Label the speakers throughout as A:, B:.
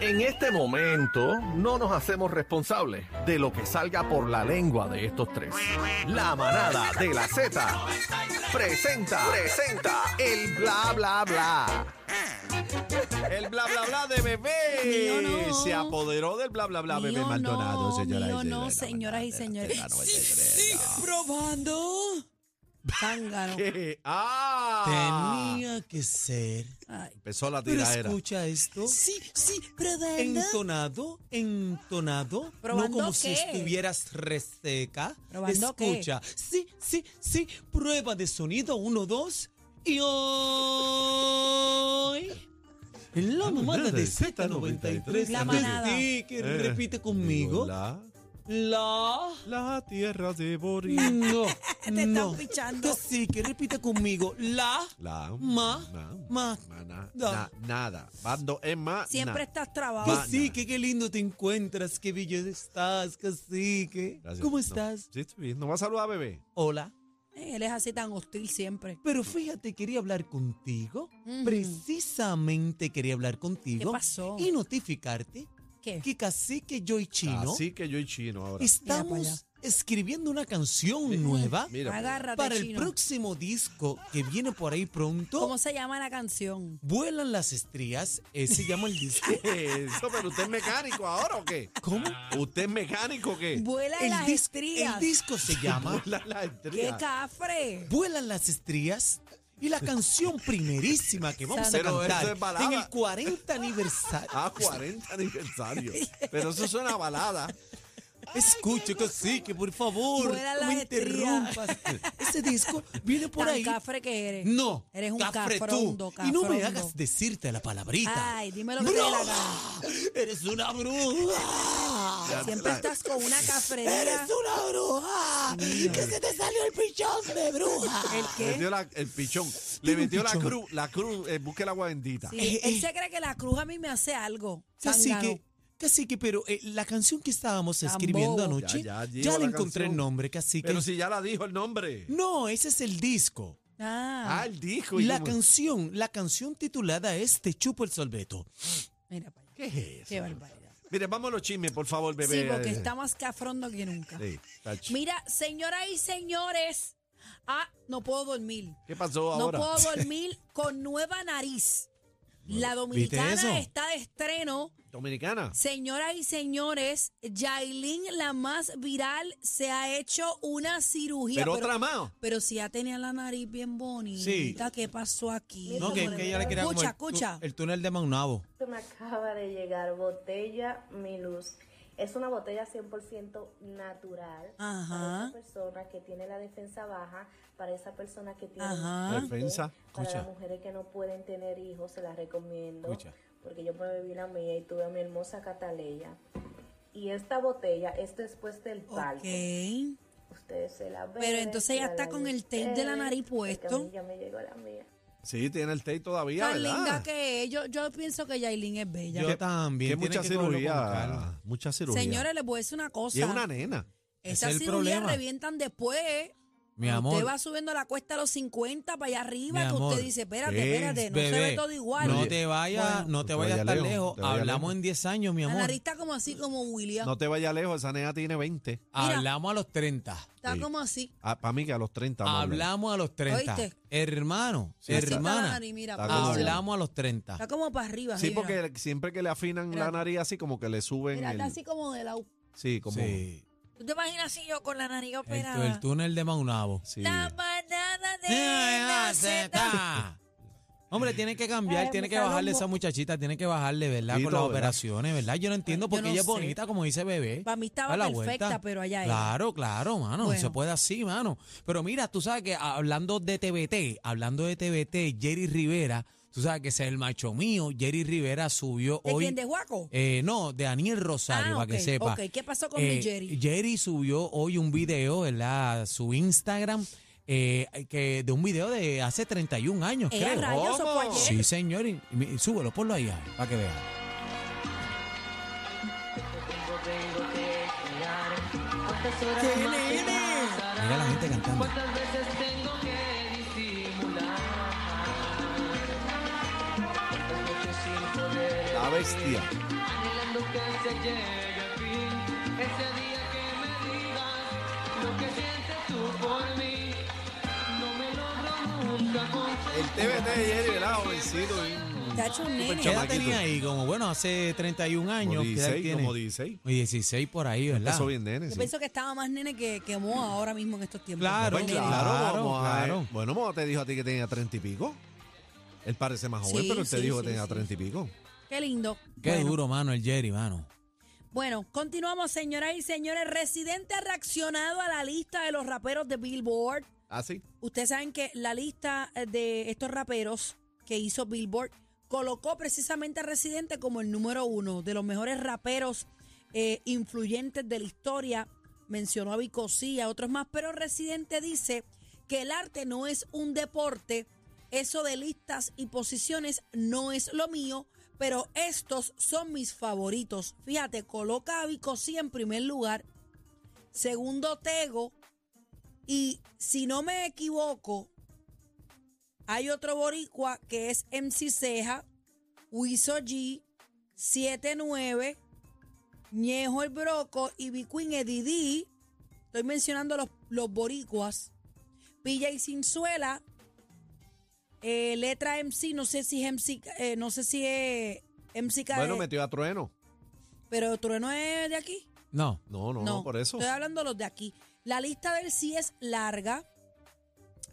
A: En este momento no nos hacemos responsables de lo que salga por la lengua de estos tres. La manada de la Z presenta, presenta el bla bla bla.
B: El bla bla bla de bebé
C: Mío no.
B: se apoderó del bla bla bla
C: Mío
B: bebé Maldonado,
C: no,
B: señoras
C: mío
B: y señores.
C: no, señoras y señores.
B: La manada de la
C: Sí,
B: Z,
C: sí,
B: 93.
C: probando. Zángano.
B: ¿Qué? Ah,
D: Tenía que ser.
C: Ay,
B: empezó la
D: Pero
B: tiradera.
D: escucha esto.
C: Sí, sí, probando.
D: Entonado, entonado.
C: ¿Probando
D: no como
C: qué?
D: si estuvieras reseca.
C: ¿Probando qué?
D: escucha. Sí, sí, sí. Prueba de sonido. Uno, dos. Y hoy. En la mamada de Z93.
C: La manada.
D: Sí, que
B: Eh,
D: repite conmigo.
B: La,
D: La.
B: la tierra de Boris.
D: No.
C: Te están
D: no.
C: pichando.
D: Sí, que repite conmigo. La.
B: La,
D: Ma- ma-
B: na-
D: da.
B: na- nada. Bando en ma.
C: Siempre
B: na.
C: estás trabado.
B: Mana.
D: Cacique, qué lindo te encuentras, qué bello estás, cacique.
B: Gracias.
D: ¿Cómo
B: No.
D: estás?
B: Sí, estoy bien. Nos va a saludar, bebé.
D: Hola.
C: Eh, Él es así tan hostil siempre.
D: Pero fíjate, quería hablar contigo.
C: Ujú.
D: Precisamente quería hablar contigo.
C: ¿Qué pasó? Eh.
D: Y notificarte
C: ¿Qué?
D: que cacique, yo y chino
B: Así que yo y chino ahora.
C: Mira para allá.
D: estamos escribiendo una canción nueva
B: Mira,
C: Agárrate,
D: para el
C: chino.
D: próximo disco que viene por ahí pronto.
C: ¿Cómo se llama la canción?
D: Vuelan las estrías, eh, se llama el disco.
B: Eso, pero usted es mecánico ahora o qué?
D: ¿Cómo?
B: ¿Usted es mecánico o qué?
C: Vuela de
D: Eh, El
C: las
D: dis-
C: estrías.
D: el disco se llama
B: La, la
C: ¡Qué
B: estrella.
C: cafre!
D: Vuelan las estrías y la canción primerísima que vamos a
C: Pero
B: eso
D: cantar
B: es balada.
D: en el 40 aniversario.
B: Ah, 40 aniversario. Pero eso suena a balada.
D: Escuche, cacique, por favor,
C: Vuelan
D: no
C: las
D: me interrumpas. Ese disco viene por
C: Tan
D: ahí.
C: cafre que eres.
D: No,
C: Eres un
D: cafre
C: cafrondo,
D: tú. Y no me
C: cafrondo.
D: hagas decirte la palabrita.
C: Ay, dime lo que te dé la
D: ¡Bruja! Eres una bruja.
C: Siempre estás con una cafrería.
D: Eres una bruja. Que se te salió el pichón de bruja.
C: ¿El
B: Le
C: qué?
B: metió la- el pichón. Le
D: Tiene un
B: metió la
D: pichón.
B: cruz. La cruz. eh, busque el agua bendita.
C: Sí,
D: Eh,
C: él se cree que la cruz a mí me hace algo.
D: Casi
C: Zángano.
D: que, casi que, pero eh, la canción que estábamos
C: Tan
D: escribiendo
C: bobo.
D: anoche,
B: Ya,
D: ya,
B: ya lleva
D: le
B: la
D: encontré
B: canción.
D: el nombre, casi que.
B: Pero si ya la dijo el nombre.
D: No, ese es el disco.
C: Ah,
B: Ah, el disco. y
D: La
B: como-
D: canción, la canción titulada es Te chupo el sorbeto.
C: mira para allá.
B: ¿Qué es
C: Qué
B: eso?
C: barbaridad.
B: Mire, vamos a los chismes, por favor, bebé.
C: Sí, porque está más cafrondo que nunca.
B: Sí, está ch-
C: Mira, señoras y señores, ah, no puedo dormir.
B: ¿Qué pasó
C: No
B: ahora?
C: puedo dormir con nueva nariz. La
D: ¿viste eso?
C: dominicana está de estreno.
B: Dominicana.
C: Señoras y señores, Yailin, la más viral, se ha hecho una cirugía.
B: Pero otra más.
C: pero si ya tenía la nariz bien bonita,
D: Sí.
C: ¿qué pasó aquí?
D: No, que, que ella le quería
C: Escucha,
D: como el, tu-
C: escucha.
D: el túnel de Maunabo.
E: Esto me acaba de llegar, botella Mi Luz. Es una botella 100% natural para
C: Ajá.
E: esa persona que tiene la defensa baja, para esa persona que tiene
C: Ajá.
B: Defensa.
E: para
D: Escucha.
E: las mujeres que no pueden tener hijos, se las recomiendo.
D: Escucha.
E: Porque yo me bebí la mía y tuve a mi hermosa Cataleya. Y esta botella es después del palco.
C: Ok.
E: Ustedes se la ven.
C: entonces ya está con el tape de la nariz puesto.
E: Ya me llegó la mía.
B: Sí, tiene el tape todavía,
C: Tan
B: ¿verdad?
C: linda que es. Yo, yo pienso que Yailin es bella.
D: Yo también.
B: Que
D: tiene
B: mucha
D: que cogerlo con calma.
B: cirugía. Mucha cirugía.
C: Señores, les voy a decir una cosa.
B: y es una nena.
D: ese es
C: Esas
D: el
C: cirugías
D: problema.
C: revientan después.
D: Mi
C: Cuando
D: amor.
C: Usted va subiendo la cuesta a los 50 para allá arriba,
D: Mi
C: que
D: amor,
C: usted dice, espérate,
B: ven,
C: espérate, no se
D: bebé,
C: ve todo igual.
D: No
B: Oye,
D: te vayas,
C: Bueno.
D: no te
B: No te
D: vayas
B: vayas
D: tan
B: lejos,
D: lejos.
B: te vayas
D: Hablamos
B: lejos.
D: en 10 años, mi
C: la
D: amor.
C: nariz está como así, como William.
B: No te vayas lejos, esa nena tiene 20.
D: Hablamos a los 30.
C: está
B: Sí.
C: como así.
B: Para Ah, mí que a los 30. vamos a hablar.
D: Hablamos a los 30.
C: ¿Oíste?
D: Hermano,
B: Sí,
C: Así está la
D: hermana.
C: nariz, mira,
B: Está
C: para
B: como-
C: arriba.
D: Hablamos a los 30.
C: Está como para arriba.
B: Sí,
C: así, mira.
B: porque siempre que le afinan
C: Mira.
B: la nariz así, como que le suben
C: Mira, está
B: el...
C: así como de lado.
B: Sí, como... Sí.
D: Sí.
C: ¿Tú te imaginas si yo con la nariz
D: El,
C: operada?
D: el túnel de Maunabo.
C: La manada de la Z.
D: Zeta. Hombre, tiene que cambiar,
C: Eh,
D: tiene
C: me
D: que
C: salió un
D: bajarle
C: mo-
D: esa muchachita, tiene que bajarle, ¿verdad?
B: Sí,
D: Con las
B: todo, ¿verdad?
D: operaciones, ¿verdad? Yo no entiendo
C: Yo
D: porque
C: no
D: ella es
C: sé.
D: bonita, como dice bebé.
C: Pa' mí estaba
D: Da la
C: perfecta,
D: vuelta.
C: pero allá ella.
D: Claro, claro, mano, no se
C: Bueno.
D: puede así, mano. Pero mira, tú sabes que ah, hablando de TBT, hablando de TBT, Jerry Rivera, tú sabes que ese es el macho mío, Jerry Rivera subió
C: ¿De
D: hoy...
C: quién? ¿De Juaco?
D: Eh, no, de Daniel Rosario,
C: Ah,
D: para
C: ok,
D: que sepa. Eh,
C: ok. ¿Qué pasó con mi Jerry?
D: Jerry subió hoy un video, ¿verdad? Su Instagram, eh, que de un video de hace 31 años,
C: Era
D: creo.
C: Eh, rayos, eso fue
B: ¿Cómo?
C: ayer.
D: Sí, señor. Y, y mi- súbelo, ponlo ahí, Javi, para que vean. Mira la gente cantando.
B: Está la bestia. El TBT de Jerry, ¿verdad? Jovencito. ¿eh? bien.
C: Te ha hecho un nene.
D: ¿Qué edad
B: Chamaquito.
D: tenía ahí? Como bueno, hace 31 años.
B: Como
D: ¿qué edad
B: 16,
D: tiene?
B: como 16.
D: Oye, 16 por ahí, ¿verdad?
B: Eso bien, nene.
C: Yo
B: sí.
C: pienso que estaba más nene que, que Moa ahora mismo en estos tiempos.
D: Claro,
B: Pues
D: claro,
B: claro, vamos a-
D: claro.
B: Bueno, Moa te dijo a ti que tenía 30 y pico. Él parece más joven,
C: Sí,
B: pero él te
C: sí,
B: dijo
C: sí,
B: que tenía
C: sí.
B: 30 y pico.
C: Qué lindo.
D: Qué
C: Bueno.
D: duro, mano, el Jerry, mano.
C: Bueno, continuamos, señoras y señores. Residente ha reaccionado a la lista de los raperos de Billboard.
B: Ah, sí.
C: Ustedes saben que la lista eh, de estos raperos que hizo Billboard colocó precisamente a Residente como el número uno de los mejores raperos eh, influyentes de la historia. Mencionó a Bicosí y a otros más, pero Residente dice que el arte no es un deporte. Eso de listas y posiciones no es lo mío, pero estos son mis favoritos. Fíjate, coloca a Bicosí en primer lugar, segundo Tego, y si no me equivoco, hay otro boricua que es MC Ceja, Wiso G, 79, Ñejo el Broco y Biquín Edidí. Estoy mencionando los, los boricuas. Pilla y Cinzuela. eh, letra MC, no sé si es MC, eh, no sé si es MC Cadet,
B: Bueno, metió a Trueno.
C: E, pero Trueno es de aquí.
D: No.
B: No, no, no, por eso.
C: Estoy hablando de los de aquí. La lista del sí es larga,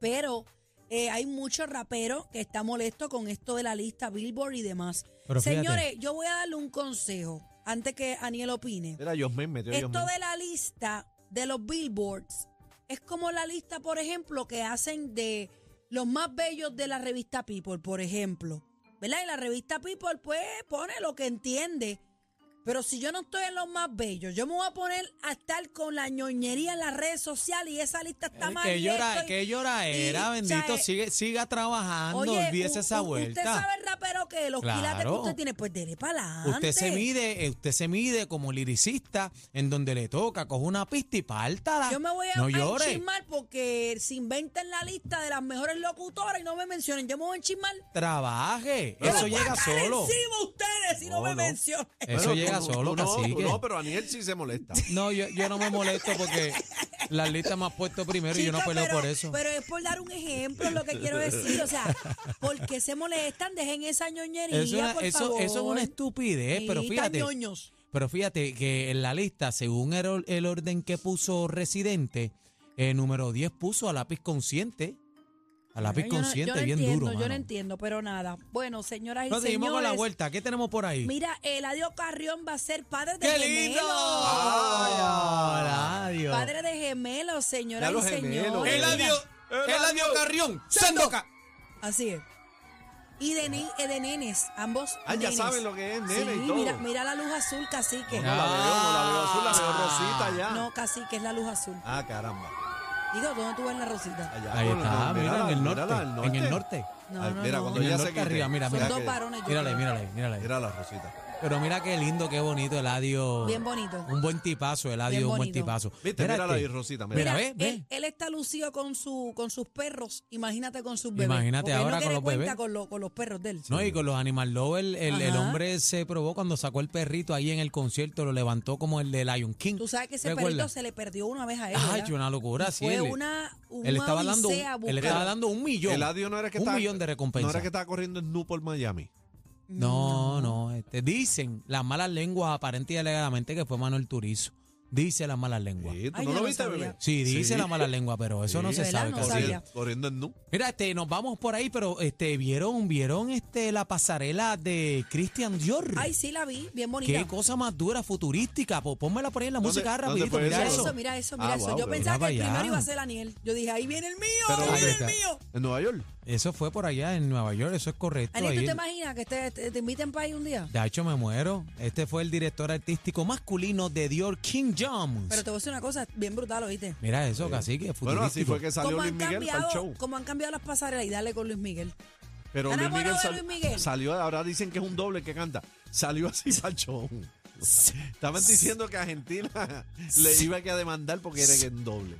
C: pero eh, hay muchos raperos que están molestos con esto de la lista Billboard y demás.
D: Pero fíjate.
C: Señores, yo voy a darle un consejo antes que Aniel opine.
B: Era Josmen, metió a
C: Esto
B: Josmen.
C: de la lista de los billboards es como la lista, por ejemplo, que hacen de los más bellos de la revista People, por ejemplo. ¿Verdad? Y la revista People, pues, pone lo que entiende. Pero si yo no estoy en los más bellos, yo me voy a poner a estar con la ñoñería en las redes sociales y esa lista está mal.
D: Eh, Que
C: y
D: llora,
C: esto y-
D: que llora era,
C: y, o sea,
D: bendito,
C: eh,
D: sigue, siga trabajando, olvídese
C: u-
D: esa
C: u-
D: vuelta.
C: Usted sabe el rapero que los
D: Claro.
C: quilates que usted tiene, pues dele para adelante.
D: Usted se mide, eh, usted se mide como liricista en donde le toca, coge una pista y pártala.
C: Yo me voy a,
D: Ah. no
C: a
D: llore.
C: enchismar porque se inventan la lista de las mejores locutoras y no me mencionen. Yo me voy a enchismar.
D: Trabaje,
B: Pero
D: eso
C: Voy a
D: llega
C: caer
D: solo. Eh,
C: encima a ustedes si no,
B: No,
C: me
B: no.
C: mencionan.
D: Eso
B: Bueno,
D: llega
B: tú-
D: solo,
B: tú no, tú
D: cacique.
B: No, pero Aniel sí se molesta.
D: No, yo, yo no me molesto porque las listas me han puesto primero y yo no
C: Chica,
D: peleo
C: pero,
D: por eso.
C: Pero es por dar un ejemplo lo que quiero decir. O sea, ¿por qué se molestan? Dejen esa ñoñería,
D: Eso, es una-
C: por
D: eso,
C: favor.
D: eso es una estupidez,
C: Sí,
D: pero
C: tan
D: fíjate.
C: ñoños.
D: Pero fíjate que en la lista, según el, or- el orden que puso Residente, el número 10 puso a lápiz consciente. A lápiz
C: Bueno, yo no-
D: consciente,
C: yo no
D: bien
C: entiendo,
D: duro.
C: Yo no
D: mano.
C: entiendo, pero nada. Bueno, señoras y
D: No,
C: señores.
D: seguimos con la vuelta. ¿Qué tenemos por ahí?
C: Mira, Eladio Carrión va a ser padre de
D: ¡Qué
C: gemelos.
D: lindo! ¡Ay, adiós!
C: Padre de gemelos, señoras
B: Ya los
C: y
B: gemelos.
C: señores.
D: Eladio, Eladio Carrión, Sendoca.
C: Así es. Y de, ni- eh, de nenes, ambos.
B: Ah, ya
C: nenes.
B: saben lo que es, nene
C: Sí,
B: y todo.
C: Mira, mira la luz azul, cacique.
B: No la veo, no la veo azul, la veo
D: Ah.
B: rosita ya.
C: No, cacique, es la luz azul.
B: Ah, caramba.
C: Digo, ¿dónde tú ves la rosita?
B: Allá,
D: Ahí
B: por-
D: está,
B: no,
D: mira, en el
B: mírala,
D: norte.
B: al
D: En el norte.
C: No,
B: Ah,
C: no,
B: mira,
C: no.
B: cuando
D: En el
B: ella se
D: norte
B: quite.
D: arriba, mira,
C: Son
D: mira.
C: dos
B: que-
C: varones. yo
D: Mírala ahí,
C: creo.
D: mírala ahí, mírala ahí.
B: Mira la rosita.
D: Pero mira qué lindo, qué bonito Eladio.
C: Bien bonito.
D: Un buen tipazo,
C: Bien
D: Eladio, un buen
C: bonito. eh.
D: tipazo.
B: Viste,
D: Mira
B: mírala
D: este.
B: ahí, Rosita.
D: Mira,
B: Mira.
D: ve, ve.
C: Él, él está lucido con, su, con sus perros. Imagínate con sus bebés.
D: Imagínate
C: porque él
D: ahora
C: no
D: con
C: tiene
D: los
C: cuenta
D: bebés.
C: Con, lo- con los perros de él.
D: No, y con los Animal Lovers, el, el- el
C: Ajá.
D: hombre se probó cuando sacó el perrito ahí en el concierto, lo levantó como el de Lion King.
C: Tú sabes que ese perrito
D: ¿Recuerdas?
C: se le perdió una vez a él.
D: Ay,
C: ¿verdad?
D: una locura, sí.
C: Fue
D: él-
C: una, una
D: él estaba dando, un,
C: odisea
D: él
C: buscar.
D: estaba dando un millón.
B: Eladio no era que
D: un
B: estaba,
D: millón de
B: No
D: recompensas.
B: era que estaba corriendo en Nu por Miami.
D: No, no, este, dicen las malas lenguas aparente y alegadamente que fue Manuel Turizo. Dice las malas lenguas.
B: Sí, ¿Tú
C: Ay,
B: no
C: yo
B: lo
C: no
B: viste,
C: sabía.
B: bebé?
D: Sí, dice
B: Sí.
D: las malas lenguas, pero eso
B: Sí.
D: no se
C: ¿Verdad?
D: sabe.
C: No
D: casi.
C: sabía.
B: Corriendo, corriendo en Nu.
D: Mira, este, nos vamos por ahí, pero este, vieron, vieron este la pasarela de Christian Dior.
C: Ay, sí la vi, bien bonita.
D: Qué cosa más dura, futurística. Po, pónmela por ahí en la
B: ¿Dónde-
D: música ah,
B: dónde
D: rapidito.
B: fue
D: Mira
C: Mira
B: eso?
D: eso.
C: eso, mira eso, mira
B: Ah,
C: eso.
B: wow,
C: Yo
B: pero
C: pensaba
D: mira
C: que el
D: para allá.
C: primero iba a ser Aniel. Yo dije, ahí viene el mío,
B: Pero
C: ahí
B: ahí
C: viene el
D: está.
C: mío.
B: En Nueva York.
D: Eso fue por allá en Nueva York, eso es correcto.
C: Aniel, ¿tú
D: ahí.
C: te imaginas que te, te- te inviten para ahí un día?
D: de hecho, me muero. Este fue el director artístico masculino de Dior, King Jones.
C: Pero te voy a decir una cosa bien brutal, ¿oíste?
D: Mira eso, casi que
B: Bueno, así fue que salió
C: Como
B: Luis
C: han,
B: Miguel para el
C: cambiado,
B: show.
C: como han cambiado las pasarelas y dale con Luis Miguel.
B: Pero
C: Ana
B: Luis Miguel,
C: Moreno de
B: sal-
C: Luis Miguel.
B: salió, ahora dicen que es un doble que canta. Salió así para el show. Estaban diciendo que Argentina le iba a demandar porque era en doble.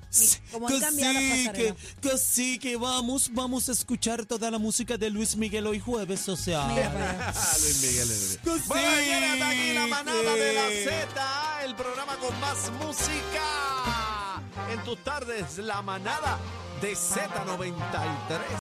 C: Como han cambiado las
D: que,
C: pasarelas.
D: así que vamos, vamos a escuchar toda la música de Luis Miguel hoy jueves, o sea.
C: Mira para allá.
B: Ah, Luis Miguel Herrera.
D: Pues
B: Bueno,
D: sí.
B: señores, hasta aquí la manada de la Z, el programa con más música. En tus tardes, la manada de Z93.